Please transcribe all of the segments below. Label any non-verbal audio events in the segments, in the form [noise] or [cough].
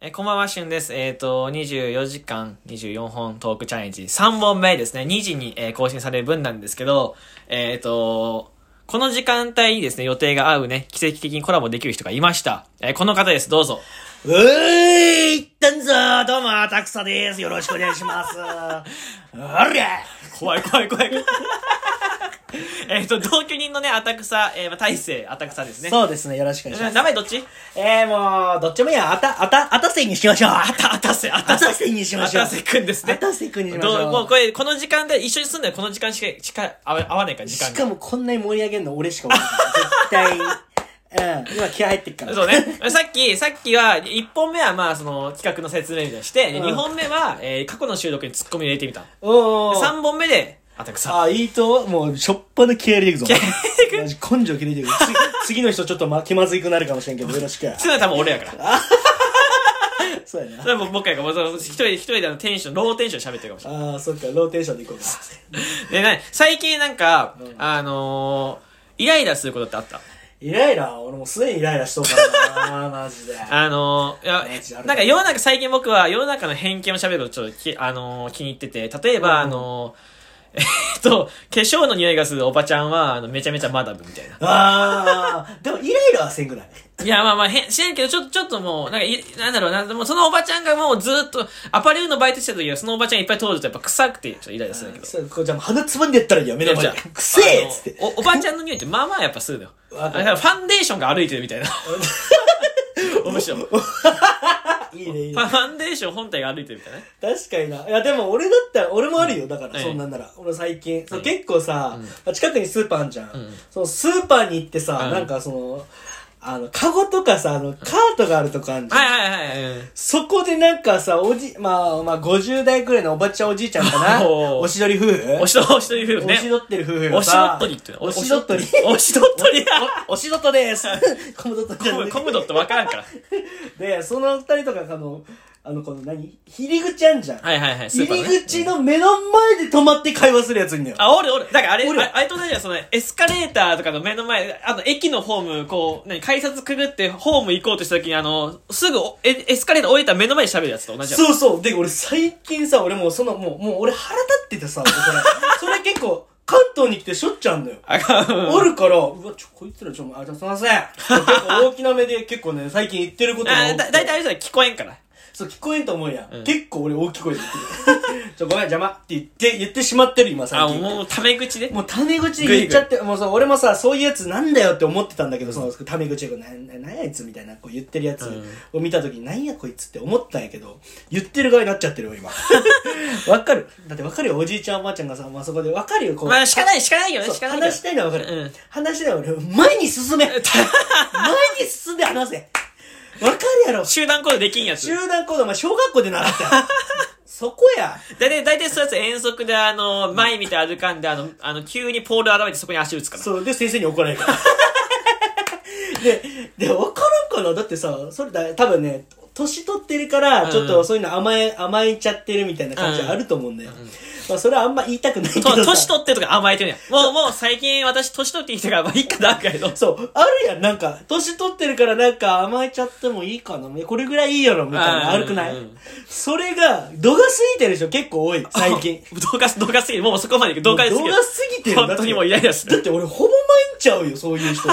えーこんばんは、しゅんです。えっ、と、24時間24本トークチャレンジ3本目ですね。2時に、えー更新される分なんですけど、えっ、と、この時間帯にですね、予定が合うね、奇跡的にコラボできる人がいました。えーこの方です、どうぞ。うーいったんぞどうも、たくさです。よろしくお願いします。ありゃ怖い怖い怖い。 [laughs] えっと、同居人のね、アタクサ、えー、まあ大勢アタクサですね。そうですね、よろしくお願いしまえす。名前どっちえー、もう、どっちもいいや、あた、あた、あたせいにしましょう。ああたせ、あたせ。たせいにしましょう。あたせくんですねあたせくんにしましどうもょうこれ、この時間で、一緒に住んだらこの時間しか、しか合わ合わないから、う。時間しが。かも、こんなに盛り上げるの俺しかわかんない。絶対、うん、今気合入ってっから。そうね。 [laughs] さっき、さっきは、1本目はまあ、その、企画の説明みたいにして、でうん2本目は、えー過去の収録にツッコミを入れてみた。おー。 3本目で、あたくさん。あ、いいと、もう、しょっぱな気合入れていくぞ。気合マジ根性気合入れていく。次次の人ちょっとま気まずいくなるかもしれんけど、よろしく。つまり多分俺やから。そうやなそ。れは僕僕やから、もう一人、一人であのテンション、ローテンションで喋ってるかもしれあー、そっか、ローテーションでいこうか。ない。で、な最近なんかうん、あのーイライラすることってあったイライラ俺もうすでにイライラしとうからなマジで。あのーいやマジあ、るなんか世の中、最近僕は世の中の偏見を喋ることちょっとき、あのー気に入ってて、例えば、あうんのー [laughs] えっと、化粧の匂いがするおばちゃんは、あの、めちゃめちゃマダムみたいな。あー、でもイライラはせんぐらい。いや、まあまあ、へん、しないけど、ちょっと、ちょっともう、なんかい、なんだろうな、でもそのおばちゃんがもうずっと、アパレルのバイトしてた時は、そのおばちゃんいっぱい通るとやっぱ臭くて、ちょっとイライラするんだけど。そう、こうじゃあもう鼻つまんでやったらいいよ、目のい前でやじゃ。くせえっつって。あのお、おばちゃんの匂いってまあまあやっぱするのよ。あわかるだからファンデーションが歩いてるみ [laughs] たいな。面白い。フいいね、いいね。ァンデーション本体が歩いてるみたいなね。確かにな。いや、でも俺だったら、俺もあるよ、だかえら、えそんなんなら。俺最近、そうえ結構さ、近くにスーパーあんじゃん。んそのスーパーに行ってさ、うんなんかその、あの、カゴとかさ、あの、カートがあるとかあんじゃん。はいはいはいはい。うんそこでなんかさ、おじ、まあ、まあ、50代くらいのおばちゃんおじいちゃんかおな。ーおしどり夫婦おしど、おしどり夫婦おしね。どってる夫婦おがしどっさとりっていうのおしどっとり。おしどっとりだ。おしどっとです [laughs] コムドットじゃコなムいコムドってわからんから。で、その二人とかがあの、あの、この何入り口あんじゃん。はいはいはい。ス入ーパーのねり口の目の前で止まって会話するやついんだよ。あ、おるおる。だからあれ、おるああれと同じだよそのエスカレーターとかの目の前、あの、駅のホーム、こう、何、改札くぐってホーム行こうとした時に、あの、すぐおエエスカレーター降りた目の前で喋るやつと同じだよそうそう。で、俺最近さ、俺もうその、もう、もう俺腹立っててさ、[laughs] 俺それそれ結構、関東に来てしょっちゅうあんのよ。あかん。おるから、うわ、ちょ、こいつらちょ、あ、じゃあすいません。結構大きな目で結構ね、最近言ってることがあ多くだ、てだいたいあれじゃ聞こえんから。そう、聞こえんと思うやん。ん結構俺大きい声で言ってる。 [laughs] ちょ、ごめん、邪魔って言って、言ってしまってる、今、最あ、近。ももう、タメ口で。う、タメ口で言っちゃって、もうさ、俺もさ、そういうやつなんだよって思ってたんだけど、その、タメ口で、な、な、なんやあいつみたいな、こう言ってるやつを見たときに、なんやこいつって思ったんやけど、言ってる側になっちゃって [laughs] るよ、今。わかる。だってわかるよ、おじいちゃんおばあちゃんがさ、まあそこで、わかるよ、こう。まあ、しかない、しかないよね、そうしかないよ。話したいのはわかる。うん話したいのは俺、前に進 [laughs] め前に進んで話せわかるやろ集団行動できんやつ。集団行動、まあ、小学校で [laughs] 習ったよそこや。だいたい、だいたいそういうやつ遠足で、あの、前見て歩かんで、あの、あの、急にポール現れてそこに足打つから。そう、で、先生 [laughs] に怒られるから。で、で、わからんかなだってさ、それだ、多分ね、年取ってるから、ちょっうとんそういうの甘え、甘えちゃってるみたいな感じあると思うんだよ。まあ、それはあんま言いたくないけどと、さ。年取ってとか甘えてるやん。もう、もう最近私年取ってきたから、まあ、いいかな、ぐらいの。そう、あるやん、なんか、年取ってるからなんか甘えちゃってもいいかな、これぐらいいいやろ、みたいな、あー悪くない、うんうんそれが、度が過ぎてる人結構多い、最近。。 [laughs] 動画、動画すぎる。もうそこまで行く。動画ですぎ動る画。過ぎてる本当にもうイライラす [laughs] だっる。て俺ほぼ毎日会うよ、そうい [laughs] う人。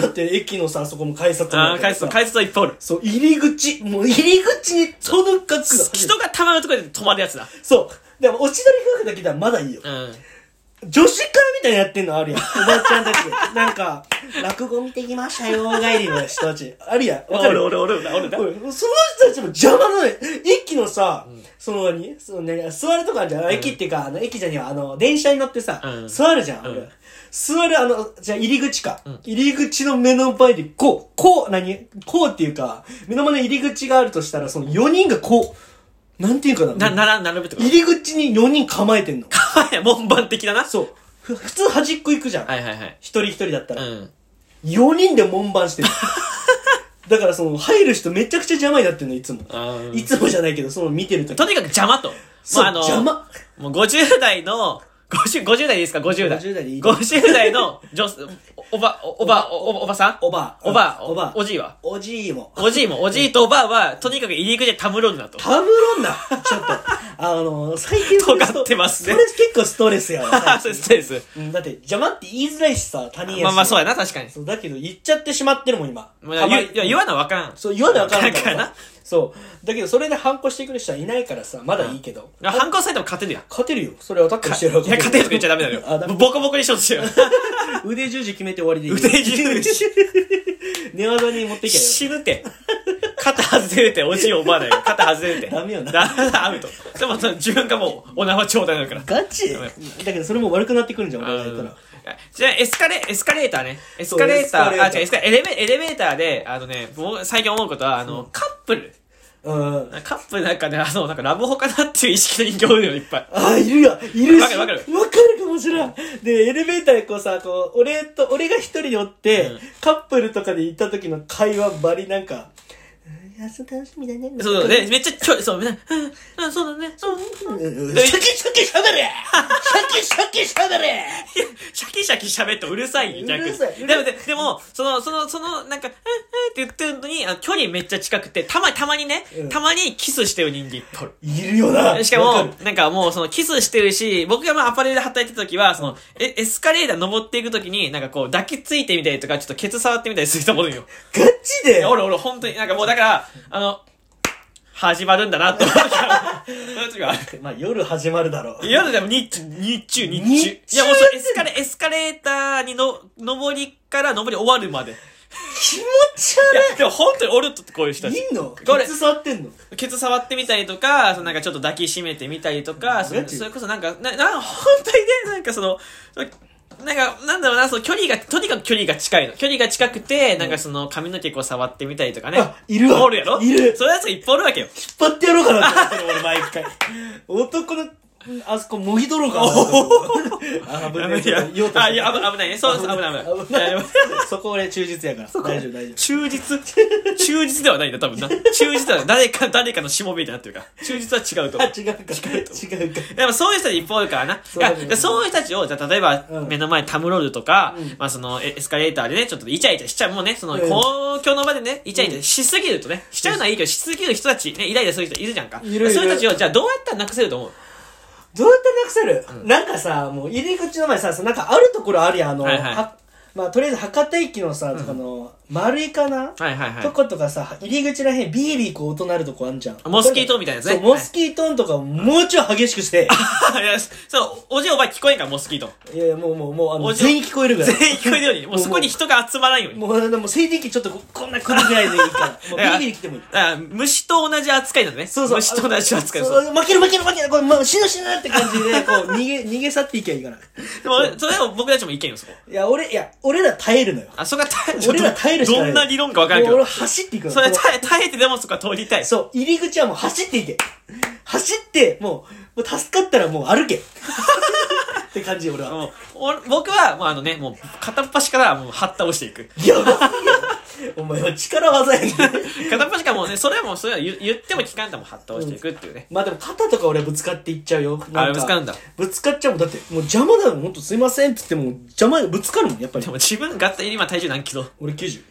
だって駅のさ、あそこも改札もあああ、るから解さ説、解説はいっぱいおる。そう、入り口、もう入り口にとにかく。人がたまるところで止まるやつだ。そう。でも、おしどり夫婦だけではまだいいよ。うん。女子会みたいなのやってんのあ [laughs] るやん。おばちゃんたちで。なんか、 [laughs] 落語見てきましたよ、帰りの人たち。あるやん。わかるおるおるおるおるなおいその人たちも邪魔なのよ。駅のさ、その何その何座るとこあるじゃん。駅っていうか、あの、駅じゃねえわあの、電車に乗ってさ、うん座るじゃん、うん俺座る、あの、じゃあ入り口か、入り口の目の前で、こう、こう、何こうっていうか、目の前の入り口があるとしたら、その4人がこう、なんていうかな。な、なら、並ぶってこ [laughs] 入り口に4人構えてんの。と。はい、門番的だな。そう。ふ普通端っこ行くじゃん。はいはいはい。一人一人だったら。うん。 4人で門 [laughs] 番してる。だからその、入る人めちゃくちゃ邪魔になってんの、いつも。あーいつもじゃないけど、その見てるとき。とにかく邪魔と。そう、まああの邪魔。もう50代の、50、50代でいいですか ?50 代。 50代でいい50代の女、おば、おおば、おおおばさんおばおば、おばおじいはおじいも。おじいも、おじいとおばあは、とにかく入り口でたむろんなと。たむろ [laughs] んなちょっと、あの、最近それ尖ってますねそれ結構ストレスやわ。 [laughs] そうです、そうです。うんだって邪魔って言いづらいしさ、他人やし。まあまあそうやうな、確かに。だけど言っちゃってしまってるもん、今。まあ、たま言ういや言わなわからん。そう、言わなあかんだかかららなそう。だけどそれで反抗してくる人はいないからさ、まだいいけど。反抗されても勝てるやん。勝てるよ。それアタックしてるわいや、勝てるとか言っちゃダメだあダよ。メボコボコにしようとしてる。 [laughs] 腕十字決めて終わりでいい。腕十字。 [laughs] 寝技に持ってきゃよ。死ぬて。肩外れるて、おじいおばあだよ。肩外れるて。ダメよなダメだ、アウト。でも、自分がもう、お縄頂戴になるから。ガチダメだけどそれも悪くなってくるんじゃん、俺が言ったら。じゃあ、エスカレ、エスカレーターね。エスカレーター、そうエスカレータあ、ー違う、エスカレエレベエレベーターで、あのね、僕最近思うことは、あの、カップル。うん。カップルなんかね、あの、なんかラブホかなっていう意識的に行るよ、いっぱい。あ、いるよいるし。わかるわかるわかるかもしれん。で、エレベーターでこうさ、こう、俺と、俺が一人でおって、うんカップルとかで行った時の会話ばりなんか、うん明日楽しみだね。そうそう、で、めっちゃちょ、そう、みんな、うん、うんそうだね、そう、うんうん。シャキシャキしゃべれシャキシャキしゃべれシャキシャキ喋ってうるさいよ、逆にうるさいうるでもね、でも、その、その、その、なんか、うんうんって言ってるのに、あの距離めっちゃ近くて、たまに、たまにねうん、たまにキスしてる人間いっぱいおる。いるよな。しかわもる、なんかもう、その、キスしてるし、僕がまあ、アパレルで働いてた時は、その、え、エスカレーター登っていく時に、なんかこう、抱きついてみたりとか、ちょっとケツ触ってみたりする人もいるよ。ガチでいや、俺、俺、本当に、なんかもう、だから、あの、始まるんだな、と [laughs] 思うから。そういう時はある。まあ夜始まるだろう。いやでも日中、日中、日日中。中いやもうそれエスカレ、エスカレーターにの、登りから登り終わるまで。い気持ちや、でも本当におるとこういう人悪たい。ち。いいのこれケツ触ってんのケツ触ってみたりとか、そのなんかちょっと抱きしめてみたりとか、そマのジそれこそなんか、な、な、本当にね、なんかその、なんか、なんだろうな、その距離が、とにかく距離が近いの。距離が近くて、なんかその髪の毛こう触ってみたりとかね。あいるわおるやろいるそういうやつがいっぱいおるわけよ。引っ張ってやろうかなって思ってる俺毎回。男の、あそこもぎ取ろうかなって思ってる。あ、危ねえ。用 [laughs] 途あ、いや、危ない危ないね。そうです、危ない危ない。危ないいやそこ俺忠実やから。大丈夫大丈忠実忠実ではないんだ、多分な。忠実ではない。誰か、誰かのしもべみたいになってるから。忠実は違うと夫。あ、思う。違うか。違うか。でもそういう人たちいっぱいおるからな。そうだねいやでそういう人たちを、じゃあ例えば、うん目の前にタムロールとか、うんまあそのエエスカレーターでね、ちょっとイチャイチャしちゃう、もうね、そのうん公共の場でね、イチャイチャしすぎるとね、しちゃうのはいいけど、しすぎる人たち、ね、イライラする人いるじゃんか。いるいるそういう人たちを、じゃあどうやったらなくせると思うどうやってなくせるなんかさ、もう入り口の前さ、なんかあるところあるやん、あの、はいはいはまあとりあえず博多駅のさ、とかの、丸いかなはいはいはとい。ことかさ、入り口らへんビービーこう音鳴るとこあんじゃん。モスキートみたいなやつねそう、モスキートンとかもうちょい激しくして。 [laughs] いや、そう、おじおば聞こえんから、モスキート。 [laughs] いやいや、もうもう、もう、あの、おじい全員聞こえるぐらい。全員聞こえるように、もうそこに人が集まらんように。もう、あのもう静電気ちょっとここんな来るぐらいでいい [laughs] から。もうビリビリ来てもいい。あ虫と同じ扱いなのね。そうそう。虫と同じ扱い。そそうう。負ける負ける負ける。これ、もう死ぬ死ぬって感じで、こう、逃げ、逃げ去っていけばいいから。でも、それは僕たちも意見よ、そこ。いや、俺、いや、俺ら耐えるのよ。あ、そこは耐え俺ら耐えるしかどないんな理論かわからんけもう俺ど。走っていくのそれこう耐え、耐えてでもそこは通りたい。そう、入り口はもう走っていけ。走って、もう、もう助かったらもう [laughs] 歩け。って感じ、俺は。もうお僕は、もうあのね、もう片っ端からもう張った押していく。いや、ばいやお前は力技やね片っ端からもうね、それはもう、それは言言っても聞かんとも張った押していくっていうね。まあでも肩とか俺はぶつかっていっちゃうよ。あなれんぶかつかるんだ。ぶつかっちゃうもん。だって、もう邪魔だよ。ほんとすいませんって言っても、邪魔よ。ぶつかるもん、やっぱり [laughs] で。も自分がった今体重何 [laughs] キロ俺90。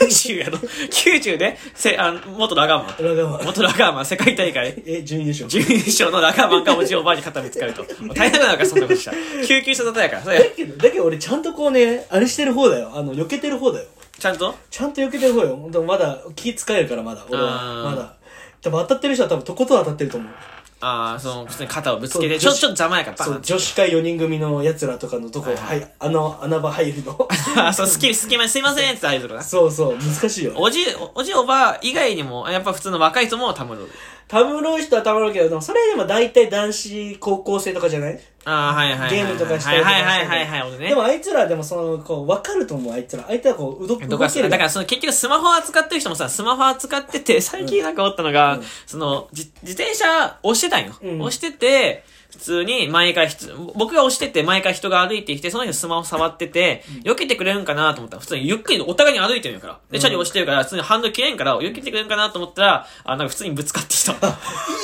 ?90 やろ ?90 で、せ、あの、元ラガーマン。ラガーマン元ラガーマン、世界大会。え、準優勝。準優勝の中マンかおじおばあに肩ぶつかる [laughs] と。もう大変なのか、そんなことしたら。救急車だったやから。そだれけど、だけど俺ちゃんとこうね、あれしてる方だよ。あの、避けてる方だよ。ちゃんとちゃんと避けてる方よ。ほんとまだ気使えるから、まだ。俺は。あーまだ。多分当たってる人は多分とことん当たってると思う。ああ、その、普通に肩をぶつけて、ちそょ、うちょっと邪魔やから、バそーンう、女子会4人組の奴らとかのとこ、はいははい、あの、穴場入るの。 [laughs] [laughs] あーそう、隙、隙間にすいませんって入るとかな。そうそう、難しいよ。おじ、おじおばあ以外にも、やっぱ普通の若い人もたまる。たむろう人はたむろうけど、でもそれでも大体男子高校生とかじゃないああ、はいはいはい。ゲームとかしてはいるはいはいはいはい、俺ね。でもあいつらでもその、こう、わかると思う、あいつら。あいつらこう、うど動とかけするる。だからその結局スマホ扱ってる人もさ、スマホ扱ってて、最近なんか思ったのが、うんその、じ自転車押してたんよ。うん押してて、普通に前からひつ僕が押してて前から人が歩いてきて、その人スマホ触ってて、避けてくれるんかなと思ったら、普通にゆっくりお互いに歩いてるんやから。で、チャリ押してるから、普通にハンドル切れんから、避けてくれるんかなと思ったら、あ、なんか普通にぶつかってきた。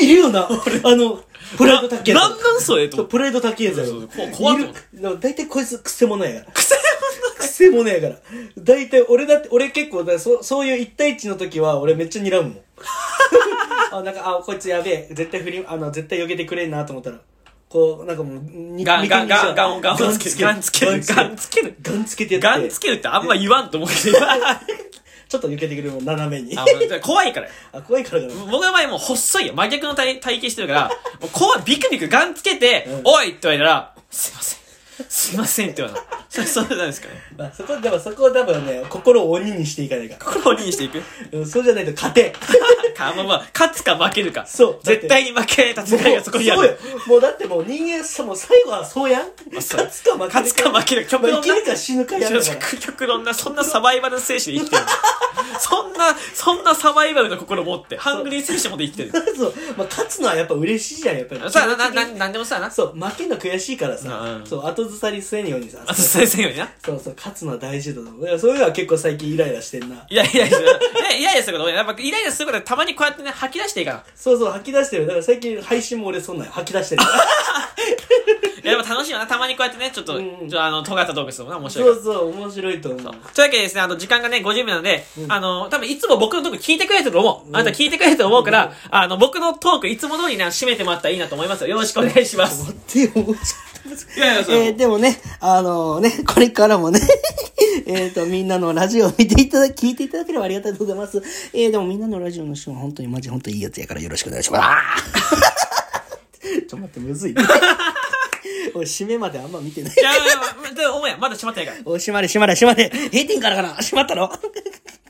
いるよな、あの、プライド高いやななんつ。なんそれと思そっうて。プライド高いやつやそうろそうこ怖っいるだいたいこいつ、くせ者やから。癖く性もねえから。大体俺だって、俺結構だそ、そういう一対一の時は俺めっちゃ睨むも [laughs] ん。あ、なんか、あ、こいつやべえ。絶対振り、あの、絶対避けてくれんなと思ったら。こう、なんかもう、にガン、ガン、ガン、ガン、ガガンつンつけける。る。ガンつける。ガンつける。ガンつけてやって。ガンつけるってあんま言わんと思うけど。あちょっと避けてくれるもん、斜めに。 [laughs] あ、もう [laughs] 怖いから。怖いからかな。僕の場合もう細いよ。真逆の体体型してる [laughs] から、もう怖い、ビクビクガンつけて、うんおいって言われたら、すいません。すいませんって言われた。そそうなんですかね。まあ、そこ、でもそこは多分ね、心を鬼にしていかないから。心を鬼に [laughs] していく。うん、そうじゃないと勝てん。か、まあまあ、勝つか負けるか。そう絶対に負けない戦いがそこにあそうるよ。。もうだってもう人間さ、もう最後はそうやん。そう勝つか負けるか。勝つか負けるかまあ生きるか死ぬかやんだから。極論な、そんなサバイバル精神で生きてる。そんな、そんなサバイバルの心持って、ハングリー精神持って生きてる。 [laughs] そう。まあ、勝つのはやっぱ嬉しいじゃん、やっぱり。さあ、な、な、ななんでもさ、な、そう、負けるの悔しいからさう、んそう、後ずさりせんようにさ、あと先生よりな。そうそう、勝つのは大事だと思う。いやそういうのは結構最近イライラしてんな。いやいやいや、いやいやいやすること、やっぱイライラすることはたまにこうやってね、吐き出していいから。そうそう、吐き出してる。だから最近配信も俺そんなん吐き出してる。いや、でも楽しいよな。たまにこうやってね、ちょっと、うちんょっとあの、尖ったトークするのもな、面白いそから。うそう、面白いと思う。というわけでですね、あの、時間がね、50秒なので、あの、多分いつも僕のトーク聞いてくれてると思う。あなた聞いてくれてると思うから、あの、僕のトークいつも通りね、締めてもらったらいいなと思いますよ。よろしくお願いします。待ってよ、もうちょっと。いやいや、そう。えーでもね、あのね、これからもね、 [laughs] えっと、みんなのラジオを見ていただ、聞いていただければありがたいとございます。えーでもみんなのラジオの人は本当にマジ本当にいいやつやからよろしくお願いします。あー [laughs] ちょっと待って、むずい、ね。俺、締めまであんま見てないい。やいや、ままでもお前まだ閉まってないから。おい、閉まれ、閉まれ、閉まれ。閉店からかな閉まったの